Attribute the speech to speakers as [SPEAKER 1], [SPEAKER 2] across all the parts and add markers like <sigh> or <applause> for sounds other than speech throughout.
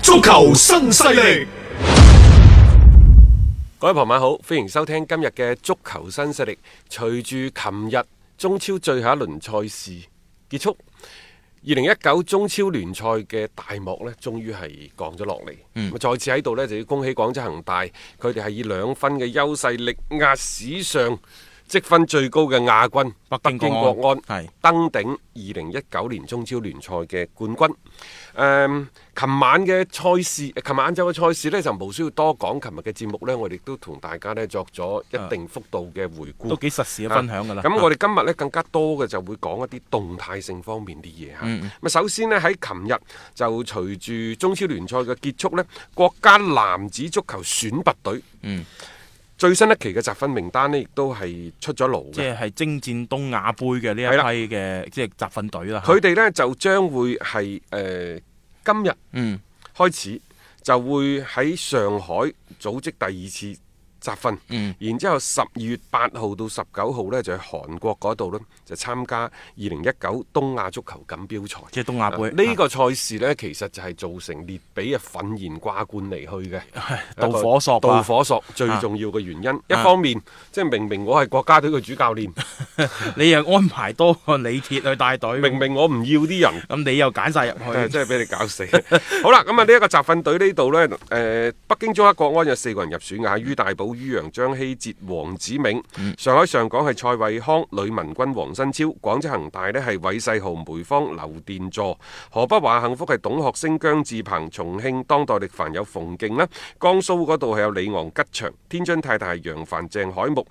[SPEAKER 1] 足球新勢力，
[SPEAKER 2] 各位傍晚好，歡迎收聽今日嘅足球新勢力。隨住琴日中超最後一輪賽事結束，二零一九中超聯賽嘅大幕呢，終於係降咗落嚟。咁、
[SPEAKER 3] 嗯
[SPEAKER 2] 啊再次喺度呢，就要恭喜廣州恒大，佢哋係以兩分嘅優勢力壓史上積分最高嘅亞軍
[SPEAKER 3] 北
[SPEAKER 2] 北
[SPEAKER 3] 京
[SPEAKER 2] 京
[SPEAKER 3] 國安
[SPEAKER 2] 國安。
[SPEAKER 3] 係
[SPEAKER 2] 登頂二零一九年中超聯賽嘅冠軍。誒、嗯琴晚嘅賽事，呃琴晚晏晝嘅賽事呢，就無需要多講。琴日嘅節目呢，我哋都同大家呢作咗一定幅度嘅回顧，
[SPEAKER 3] 都幾實時嘅分享㗎啦
[SPEAKER 2] 啊咁、我哋今日呢，更加多嘅就會講一啲動態性方
[SPEAKER 3] 嗯
[SPEAKER 2] 面啲嘢嚇。咁、首先呢，喺琴日就隨住中超聯賽嘅結束呢，國家男子足球選拔隊，
[SPEAKER 3] 嗯
[SPEAKER 2] 最新一期嘅集訓名單呢，亦都係出咗爐嘅
[SPEAKER 3] 即。係征戰東亞杯嘅
[SPEAKER 2] 係啦
[SPEAKER 3] 呢一批嘅即係集訓隊啦。
[SPEAKER 2] 佢哋呢就將會係誒、呃今日
[SPEAKER 3] 嗯
[SPEAKER 2] 開始就會喺上海組織第二次集訓，
[SPEAKER 3] 嗯
[SPEAKER 2] 然之後十二月八號到十九號呢，就去韓國嗰度呢，就參加二零一九東亞足球錦標賽。
[SPEAKER 3] 即係東亞
[SPEAKER 2] 啊
[SPEAKER 3] 杯
[SPEAKER 2] 呢個賽事呢，其實就係造成列比啊憤然掛冠離去嘅，
[SPEAKER 3] <laughs> 導火索啊啊
[SPEAKER 2] 一個導火索最重要嘅原因，一方面即係明明我係國家隊嘅主教
[SPEAKER 3] <laughs>
[SPEAKER 2] 練，
[SPEAKER 3] 你又安排多個李鐵去帶隊，
[SPEAKER 2] 明明我唔要啲人。
[SPEAKER 3] 咁你又揀晒入
[SPEAKER 2] 真係
[SPEAKER 3] 去，
[SPEAKER 2] 真係俾你搞死。 <laughs> 好啦，咁啊呢一個集訓隊呢度呢，誒、北京中赫國安有四個人入選嘅，於大寶、於洋、張稀哲、黃子銘；上海上港係蔡慧康、呂文君、黃新超；廣州恒大呢係韋世豪、梅芳、劉殿座；河北華夏幸福係董學升、姜志鵬；重慶當代力帆有馮勁啦；江蘇嗰度係有李昂、吉祥；天津泰達係楊帆、鄭海木。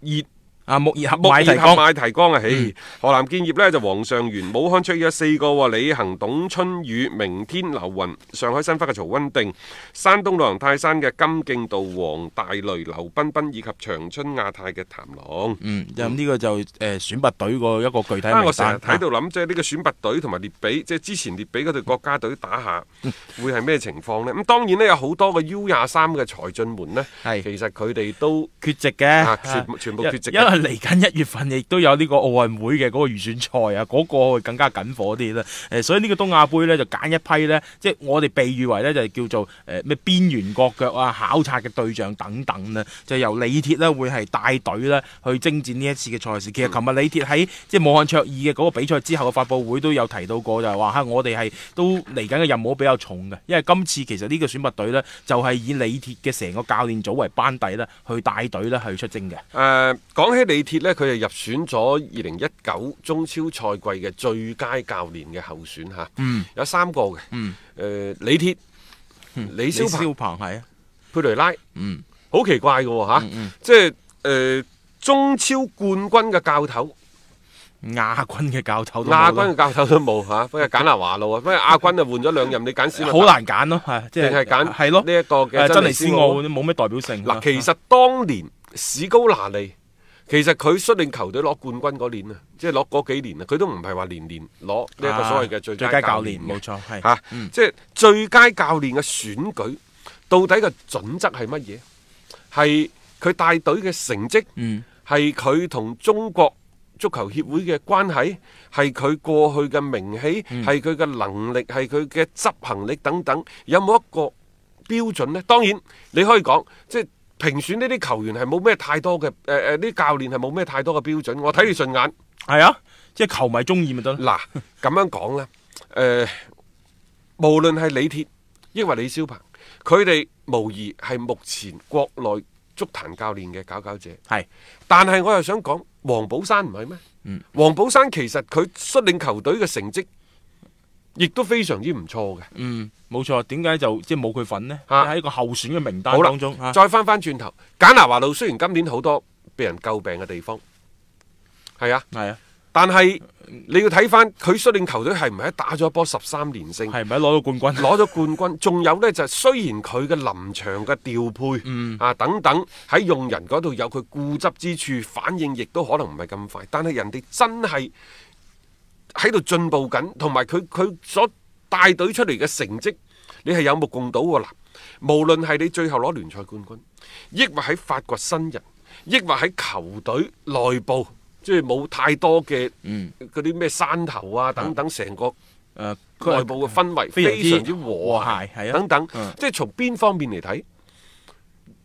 [SPEAKER 2] 熱
[SPEAKER 3] 啊穆爾合
[SPEAKER 2] 木
[SPEAKER 3] 買
[SPEAKER 2] 爾
[SPEAKER 3] 提嗯
[SPEAKER 2] 合
[SPEAKER 3] 江，
[SPEAKER 2] 買提江啊！唉，河南建業呢就黃尚元、武漢出咗四個喎，李恒、董春雨、明天、劉雲；上海申花嘅曹溫定，山東魯能泰山嘅金敬道、黃大雷、劉彬彬以及長春亞泰嘅譚龍。
[SPEAKER 3] 嗯，咁呢個就誒選拔隊個一個具體
[SPEAKER 2] 啊！
[SPEAKER 3] 名
[SPEAKER 2] 我成日
[SPEAKER 3] 單。
[SPEAKER 2] 睇到諗，即係呢個選拔隊同埋列比，即係之前列比嗰隊國家隊打下，
[SPEAKER 3] 嗯
[SPEAKER 2] 會係咩情況呢？咁當然呢，有好多嘅 U 廿三嘅才俊們呢，
[SPEAKER 3] 係
[SPEAKER 2] 其實佢哋都
[SPEAKER 3] 缺席嘅，
[SPEAKER 2] 啊
[SPEAKER 3] 啊
[SPEAKER 2] 全全部缺席嘅
[SPEAKER 3] 因因為嚟緊一月份亦都有呢個奧運會嘅嗰個預選賽啊，嗰、個會更加緊火啲啦。誒、所以呢個東亞杯呢，就揀一批呢，即係我哋被譽為呢，就係叫做誒咩、邊緣國腳啊、考察嘅對象等等啦，就由李鐵呢會係帶隊呢去征戰呢一次嘅賽事。其實琴日李鐵喺即係武漢卓爾嘅嗰個比賽之後嘅發佈會都有提到過，就係話嚇我哋係都嚟緊嘅任務比較重嘅，因為今次其實呢個選拔隊呢，就係、以李鐵嘅成個教練組為班底呢，去帶隊呢去出征嘅。
[SPEAKER 2] 誒講起李鐵呢，佢係入選咗二零一九中超賽季嘅最佳教練嘅候選嚇，
[SPEAKER 3] 嗯
[SPEAKER 2] 有三個嘅，誒、李鐵、
[SPEAKER 3] 嗯
[SPEAKER 2] 李霄鵬、
[SPEAKER 3] 鵬係啊，
[SPEAKER 2] 佩雷拉，
[SPEAKER 3] 嗯
[SPEAKER 2] 好奇怪嘅喎嚇，即係誒、呃中超冠軍嘅教頭、
[SPEAKER 3] 亞軍嘅教頭都冇啦
[SPEAKER 2] 亞軍嘅教頭都冇嚇，不過簡拿華路啊，不過亞軍啊換咗兩任，你揀史密達
[SPEAKER 3] 好難揀咯，係啊即
[SPEAKER 2] 定係揀
[SPEAKER 3] 係咯
[SPEAKER 2] 呢一個嘅
[SPEAKER 3] 誒
[SPEAKER 2] 真
[SPEAKER 3] 珍
[SPEAKER 2] 尼
[SPEAKER 3] 妮
[SPEAKER 2] 斯
[SPEAKER 3] 斯
[SPEAKER 2] 奧
[SPEAKER 3] 奧冇咩代表性。啊
[SPEAKER 2] 嗱，其實當年史高拿利，其實佢率領球隊攞冠軍嗰年啊，即係攞嗰幾年啊，佢都唔係話年年攞呢一個所謂嘅啊最
[SPEAKER 3] 啊最
[SPEAKER 2] 佳
[SPEAKER 3] 佳
[SPEAKER 2] 教
[SPEAKER 3] 教
[SPEAKER 2] 練
[SPEAKER 3] 練，
[SPEAKER 2] 嘅
[SPEAKER 3] 冇錯係
[SPEAKER 2] 嚇、即係最佳教練嘅選舉，到底個準則係乜嘢？係佢帶隊嘅成績，係佢同中國足球協會嘅關係，係佢過去嘅名氣，係佢嘅能力，係佢嘅執行力等等，有冇一個標準呢？當然你可以講，即係評選呢啲球員係冇咩太多嘅，誒誒啲教練係冇咩太多嘅標準，我睇你順眼。
[SPEAKER 3] 係啊，即係球迷中意咪得咯。
[SPEAKER 2] 嗱，咁樣講啦，誒、無論係李鐵，抑或李霄鵬，佢哋無疑係目前國內足壇教練嘅佼佼者。
[SPEAKER 3] 係，
[SPEAKER 2] 但係我又想講，黃寶山唔係咩？
[SPEAKER 3] 嗯
[SPEAKER 2] 黃寶山其實佢率領球隊嘅成績亦都非常之唔錯嘅。
[SPEAKER 3] 嗯，冇錯。點解就即係冇佢份呢？
[SPEAKER 2] 啊
[SPEAKER 3] 喺一個候選嘅名單
[SPEAKER 2] 好啦
[SPEAKER 3] 當中，啊
[SPEAKER 2] 再翻翻轉頭，簡拿華路雖然今年好多被人诟病嘅地方，係啊，
[SPEAKER 3] 係啊，
[SPEAKER 2] 但係你要睇翻佢率領球隊係唔係打咗一波十三連勝？
[SPEAKER 3] 係咪攞到冠軍？
[SPEAKER 2] 攞咗冠軍，仲有呢，就係雖然佢嘅臨場嘅調配、啊等等喺用人嗰度有佢固執之處，反應亦都可能唔係咁快，但係人哋真係喺度進步緊，同埋佢佢所帶隊出嚟嘅成績，你係有目共睹㗎啦。無論係你最後攞聯賽冠軍，抑或喺發掘新人，抑或喺球隊內部，即係冇太多嘅嗰啲咩山頭啊等等，成個。
[SPEAKER 3] 誒，
[SPEAKER 2] 內部嘅氛圍
[SPEAKER 3] 非常之
[SPEAKER 2] 非常之和諧，
[SPEAKER 3] 和諧係啊
[SPEAKER 2] 等等
[SPEAKER 3] 嗯，
[SPEAKER 2] 即係從邊方面嚟睇，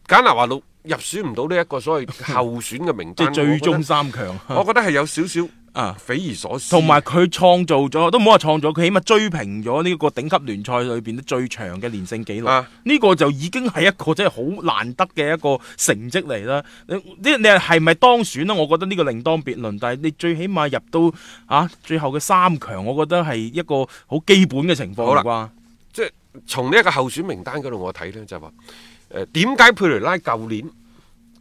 [SPEAKER 2] 簡拿華路入選唔到呢一個所謂候選嘅名
[SPEAKER 3] <laughs> 即
[SPEAKER 2] 單，
[SPEAKER 3] 係最
[SPEAKER 2] 我覺
[SPEAKER 3] 終
[SPEAKER 2] 得
[SPEAKER 3] 三強。
[SPEAKER 2] 我覺得係有少少
[SPEAKER 3] 啊
[SPEAKER 2] 匪夷所思，
[SPEAKER 3] 同埋佢創造咗，都唔好話創造，佢起碼追平咗呢個頂級聯賽裏邊最長嘅連勝紀錄。呢、
[SPEAKER 2] 啊
[SPEAKER 3] 個就已經係一個真係好難得嘅一個成績嚟啦。你你你係咪當選咧？我覺得呢個另當別論，但係你最起碼入到啊最後嘅三強，我覺得係一個好基本嘅情況
[SPEAKER 2] 好
[SPEAKER 3] 嚟
[SPEAKER 2] 啦
[SPEAKER 3] 啩。
[SPEAKER 2] 即係從呢一個候選名單嗰度我睇呢，就係話誒點解佩雷拉舊年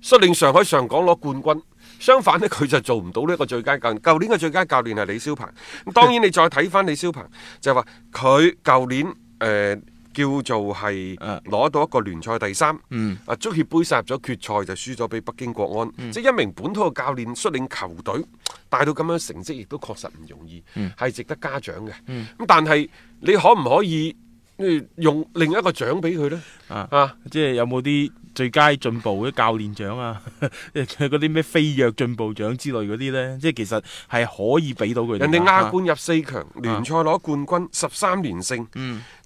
[SPEAKER 2] 率領上海上港攞冠軍？相反呢，佢就做唔到呢一個最佳教練。舊年嘅最佳教練係李霄鵬。咁當然你再睇翻李霄鵬，就係話佢舊年誒、呃叫做係
[SPEAKER 3] 啊
[SPEAKER 2] 攞到一個聯賽第三。
[SPEAKER 3] 嗯，
[SPEAKER 2] 啊，足協杯殺入咗決賽就輸咗俾北京國安，即係一名本土嘅教練率領球隊帶到咁樣成績，亦都確實唔容易，
[SPEAKER 3] 嗯
[SPEAKER 2] 係、值得嘉獎嘅。咁、但係你可唔可以呃用另一個獎俾佢呢？
[SPEAKER 3] 啊
[SPEAKER 2] 啊
[SPEAKER 3] 即係有冇啲最佳進步嘅教練獎啊？ <laughs> 嗰啲咩飛躍進步獎之類嗰啲呢？即係其實係可以俾到佢
[SPEAKER 2] 人哋呃
[SPEAKER 3] 㗎
[SPEAKER 2] 亞
[SPEAKER 3] 啊嗯
[SPEAKER 2] 冠入四強，聯賽攞冠軍，十三連勝，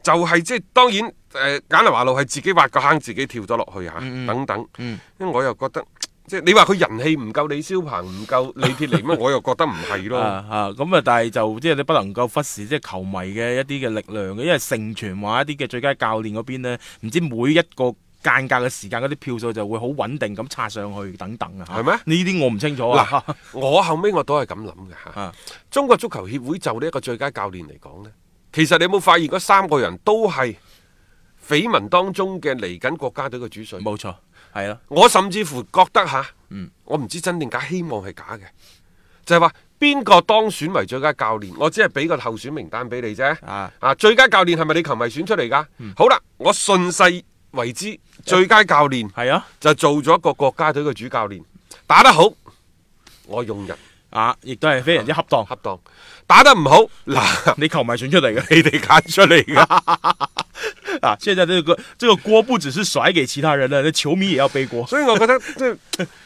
[SPEAKER 2] 就係即係當然誒，簡拿華路係自己挖個坑，自己跳咗落去嚇，啊
[SPEAKER 3] 嗯
[SPEAKER 2] 等等。因為我又覺得即係你話佢人氣唔夠李霄鵬，唔夠李鐵
[SPEAKER 3] <laughs>
[SPEAKER 2] 尼咩？我又覺得唔係咯。
[SPEAKER 3] 啊啊咁啊！但係就即係你不能夠忽視即係球迷嘅一啲嘅力量嘅，因為盛傳話一啲嘅最佳教練嗰邊呢，唔知每一個間隔嘅時間嗰啲票數就會好穩定咁刷上去等等啊！嚇
[SPEAKER 2] 係咩
[SPEAKER 3] 呢啲我唔清楚
[SPEAKER 2] 嗱
[SPEAKER 3] 啊！，
[SPEAKER 2] 我後尾我都係咁諗嘅嚇
[SPEAKER 3] 啊。
[SPEAKER 2] 中國足球協會就呢一個最佳教練嚟講呢，其實你有冇發現嗰三個人都係緋聞當中嘅嚟緊國家隊嘅主帥？
[SPEAKER 3] <laughs> 冇錯，係咯，
[SPEAKER 2] 我甚至乎覺得吓，
[SPEAKER 3] 嗯
[SPEAKER 2] 我唔知真定假，希望係假嘅，就係話邊個當選為最佳教練，我只係俾個候選名單俾你啫。
[SPEAKER 3] 啊嗯
[SPEAKER 2] 最佳教練係咪你球迷選出嚟㗎？好啦，我順勢為之，最佳教練
[SPEAKER 3] 係啊。
[SPEAKER 2] 就做咗一個國家隊嘅主教練，打得好，我用人
[SPEAKER 3] 啊！亦都係非常之恰當，
[SPEAKER 2] 恰當；打得唔好，嗱， <laughs>
[SPEAKER 3] 你球迷選出嚟嘅 <laughs>
[SPEAKER 2] 你哋揀出嚟㗎。
[SPEAKER 3] 啊！現在呢個這個鍋不只是甩給其他人啦，你球迷也要背鍋。
[SPEAKER 2] 所以我覺得即係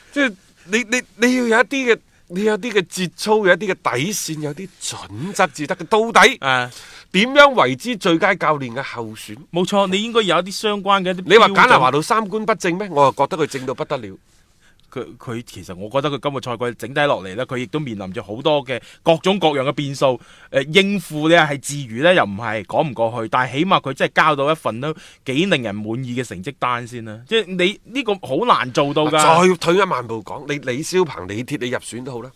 [SPEAKER 2] <laughs> 即係你你你要有一啲嘅，你有啲嘅節操，有一啲嘅底線，有啲準則至得嘅。到底
[SPEAKER 3] 啊，
[SPEAKER 2] 點樣為之最佳教練嘅候選？
[SPEAKER 3] 冇錯，你應該有一啲相關嘅一啲。啊
[SPEAKER 2] 你話簡拿華到三觀不正咩？我又覺得佢正到不得了。
[SPEAKER 3] 佢佢其實我覺得佢今個賽季整體落嚟呢，佢亦都面臨住好多嘅各種各樣嘅變數。誒、應付呢係自如呢，又唔係講唔過去，但係起碼佢真係交到一份都幾令人滿意嘅成績單先啦。即係你呢、個好難做到㗎。
[SPEAKER 2] 啊再退一萬步講，你李霄鵬、李鐵你入選都好啦。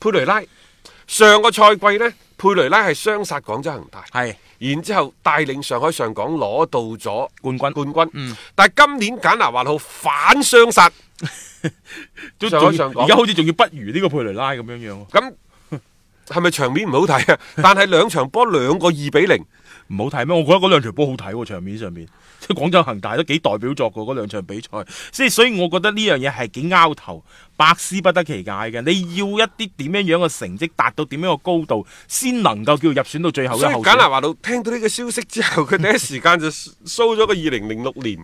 [SPEAKER 2] 佩雷拉上個賽季呢，佩雷拉係雙殺廣州恒大，
[SPEAKER 3] 係
[SPEAKER 2] 然之後帶領上海上港攞到咗
[SPEAKER 3] 冠軍
[SPEAKER 2] 冠軍。
[SPEAKER 3] 嗯
[SPEAKER 2] 但係今年簡拿華路反雙殺。
[SPEAKER 3] 都
[SPEAKER 2] 上
[SPEAKER 3] 仲
[SPEAKER 2] 海上港
[SPEAKER 3] 而家好似仲要不如呢個佩雷拉咁樣樣喎，
[SPEAKER 2] 咁係咪場面唔好睇啊？但係兩場波兩個二比零，
[SPEAKER 3] 唔好睇咩？我覺得嗰兩場波好睇喎，場面上面 <laughs> 即係廣州恒大都幾代表作過嗰兩場比賽，即係所以我覺得呢樣嘢係幾拗頭，百思不得其解嘅。你要一啲點樣樣嘅成績達到點樣嘅高度，先能夠叫入選到最後
[SPEAKER 2] 所
[SPEAKER 3] 嘅
[SPEAKER 2] 以
[SPEAKER 3] 後
[SPEAKER 2] 簡拿
[SPEAKER 3] 選。
[SPEAKER 2] 華路聽到呢個消息之後，佢第一時間就 <laughs> show 咗個二零零六年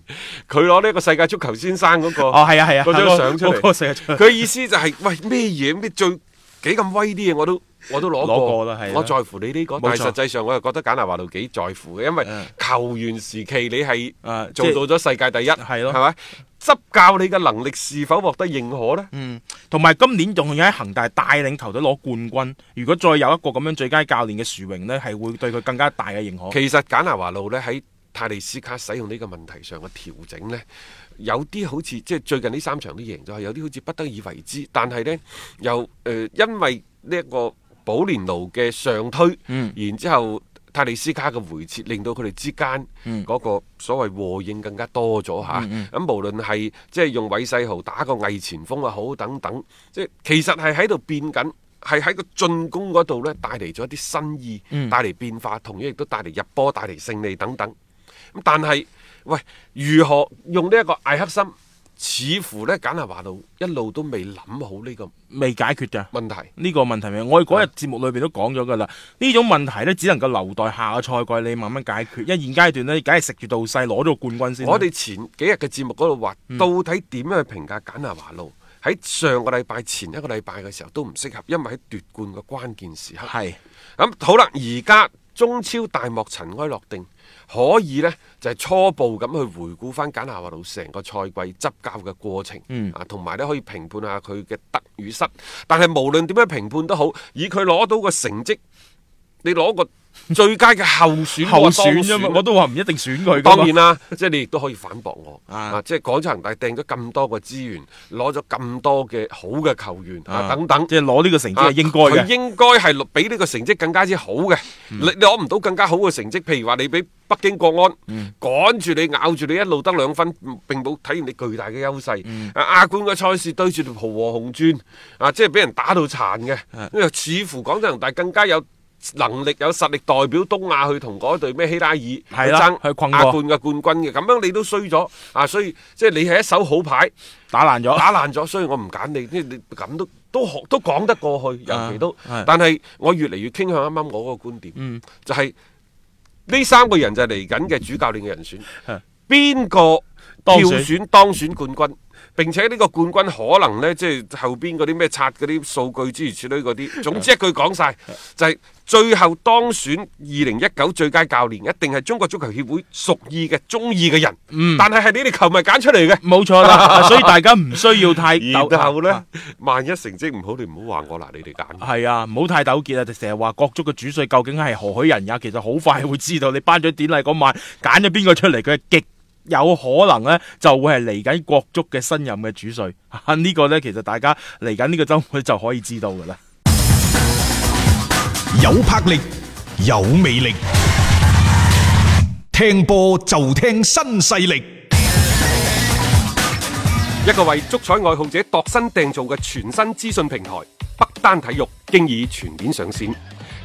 [SPEAKER 2] 佢攞呢個世界足球先生嗰、個
[SPEAKER 3] 哦，係啊，係啊，
[SPEAKER 2] 嗰張相出
[SPEAKER 3] 嗰個
[SPEAKER 2] 嚟。
[SPEAKER 3] 世界出嚟
[SPEAKER 2] 佢意思就係、喂咩嘢咩最幾咁威啲嘢我都。我都攞過，
[SPEAKER 3] 攞過啦係啦
[SPEAKER 2] 我在乎你呢、個，但
[SPEAKER 3] 冇
[SPEAKER 2] 係
[SPEAKER 3] 錯
[SPEAKER 2] 實際上我又覺得簡拿華路幾在乎嘅，因為
[SPEAKER 3] 嗯
[SPEAKER 2] 球員時期你係
[SPEAKER 3] 啊即係
[SPEAKER 2] 做到咗世界第一，
[SPEAKER 3] 係咯
[SPEAKER 2] 係咪？執教你嘅能力是否獲得認可呢？
[SPEAKER 3] 同埋今年仲要喺恒大帶領球隊攞冠軍，如果再有一個咁樣最佳教練嘅殊榮呢，係會對佢更加大嘅認可。
[SPEAKER 2] 其實簡拿華路呢喺泰利斯卡使用呢個問題上嘅調整呢，有啲好似即係最近呢三場都贏咗，有啲好似不得已為之，但係呢，又誒、呃因為呢一個保連奴嘅上推，然之後。泰利斯卡嘅回撤令到佢哋之間嗰個所謂和應更加多咗嚇，咁、無論係即係用韋世豪打個偽前鋒啊好等等，即係其實係喺度變緊，係喺個進攻嗰度呢帶嚟咗一啲新意，帶嚟變化，同樣亦都帶嚟入波、帶嚟勝利等等。咁但係喂，如何用呢一個艾克森？似乎呢，簡拿華路一路都未諗好呢個
[SPEAKER 3] 未解決㗎。
[SPEAKER 2] 問題。
[SPEAKER 3] 呢個問題咪，我哋
[SPEAKER 2] 嗯
[SPEAKER 3] 嗰日節目裏邊都講咗㗎啦。呢種問題呢，只能夠留待下個賽季你慢慢解決。因為現階段呢，梗係食住道勢攞咗個冠軍先啊啦。
[SPEAKER 2] 我哋前幾日嘅節目嗰度話，到底點樣去評價簡拿華路？喺上個禮拜前一個禮拜嘅時候都唔適合，因為喺奪冠嘅關鍵時刻。
[SPEAKER 3] 係
[SPEAKER 2] 咁好啦，而家中超大幕塵埃落定，可以呢就係、初步咁去回顧翻簡拿華路成個賽季執教嘅過程，
[SPEAKER 3] 嗯
[SPEAKER 2] 啊，同埋呢可以評判下佢嘅得與失。但係無論點樣評判都好，以佢攞到個成績，你攞個最佳嘅候選嗰個
[SPEAKER 3] 候選啫
[SPEAKER 2] 當 <laughs>
[SPEAKER 3] 嘛
[SPEAKER 2] 啊，
[SPEAKER 3] 我都話唔一定選佢㗎嘛。
[SPEAKER 2] 當然啦，即係你亦都可以反駁我
[SPEAKER 3] 啊
[SPEAKER 2] 啊！即係廣州恒大掟咗咁多個資源，攞咗咁多嘅好嘅球員啊等等，
[SPEAKER 3] 即係攞呢個成績係應該
[SPEAKER 2] 啊佢
[SPEAKER 3] 嘅。嗯
[SPEAKER 2] 應該係比呢個成績更加之好嘅。你你攞唔到更加好嘅成績，譬如話你俾北京國安、
[SPEAKER 3] 嗯
[SPEAKER 2] 趕住你咬住你一路得兩分，嗯並冇體現你巨大嘅優勢。
[SPEAKER 3] 嗯
[SPEAKER 2] 啊亞冠嘅賽事對住浦和紅鑽啊，即係俾人打到殘嘅，
[SPEAKER 3] 啊
[SPEAKER 2] 因為似乎廣州恒大更加有。能力有實力代表東亞去同嗰隊咩希拉爾去
[SPEAKER 3] 係啦
[SPEAKER 2] 爭
[SPEAKER 3] 去困過
[SPEAKER 2] 亞冠嘅冠軍嘅，咁樣你都衰咗啊！所以即係你係一手好牌，
[SPEAKER 3] 打爛咗。
[SPEAKER 2] 打爛咗，所以我唔揀你，即係你咁都都學都講得過去，尤其都
[SPEAKER 3] 啊係，嗯
[SPEAKER 2] 但係我越嚟越傾向啱啱我嗰個觀點，就係呢三個人就係嚟緊嘅主教練嘅人選
[SPEAKER 3] 啊，
[SPEAKER 2] 邊個
[SPEAKER 3] 當
[SPEAKER 2] 票
[SPEAKER 3] 選
[SPEAKER 2] 選當選冠軍？並且呢個冠軍可能呢，即係後邊嗰啲咩刷嗰啲數據諸如此類嗰啲，總之一句講晒，就係最後當選二零一九最佳教練，一定係中國足球協會屬意嘅、中意嘅人。
[SPEAKER 3] 嗯
[SPEAKER 2] 但係係你哋球迷揀出嚟嘅。
[SPEAKER 3] 冇錯
[SPEAKER 2] <laughs>
[SPEAKER 3] 啦，所以大家唔需要太鬥
[SPEAKER 2] 然後
[SPEAKER 3] 啊
[SPEAKER 2] 呢，萬一成績唔好，你唔好話我嗱，你哋揀。
[SPEAKER 3] 係啊，唔好太糾結啊！成日話國足嘅主帥究竟係何許人也，其實好快會知道。你頒獎典禮嗰晚揀咗邊個出嚟，佢係極有可能呢就會係嚟緊國足嘅新任嘅主帥。啊呢個呢，其實大家嚟緊呢個週末就可以知道㗎啦。
[SPEAKER 1] 有魄力，有魅力，聽波就聽新勢力。
[SPEAKER 2] 一個為足彩愛好者度身訂造嘅全新資訊平台北單體育，經已全面上線。